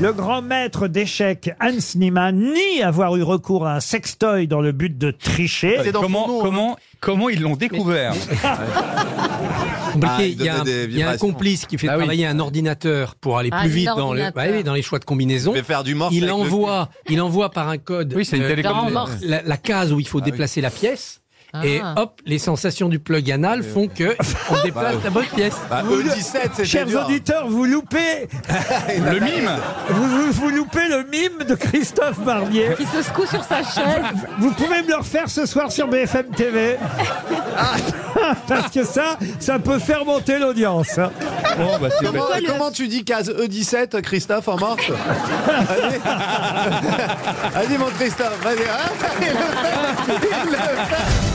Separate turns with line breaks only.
Le grand maître d'échecs Hans Niemann nie avoir eu recours à un sextoy dans le but de tricher.
Ah,
comment, comment, comment ils l'ont découvert
Compliqué.
Ah, il
il y a,
donnait des
un- il y a un
vibrations.
complice qui fait
Ah oui.
travailler un ordinateur pour aller
Ah,
plus
des
vite dans, le,
ordinateurs.
ouais, oui, dans les choix de combinaison.
Je vais faire du morse
Il
avec le
envoie, il envoie par un code
Oui, c'est une
euh,
télécommande.
Laurent Morse.
la, la case où il
Ah
faut déplacer la pièce. Et
Ah.
hop, les sensations du plug anal font que on déplace la bonne pièce.
Bah, E17, c'était
Chers
dur.
auditeurs, vous loupez,
Le mime
vous, vous- vous loupez le mime de Christophe Barbier.
Qui se secoue sur sa chaise.
Vous pouvez me le refaire ce soir sur BFM TV.
Ah.
Parce que ça, ça peut faire monter l'audience. hein.
Bon, bah, c'est
Comment, comment tu dis case E17, Christophe, en morse Allez, Allez, mon Christophe, vas-y. Ah, il le fait. Il le fait.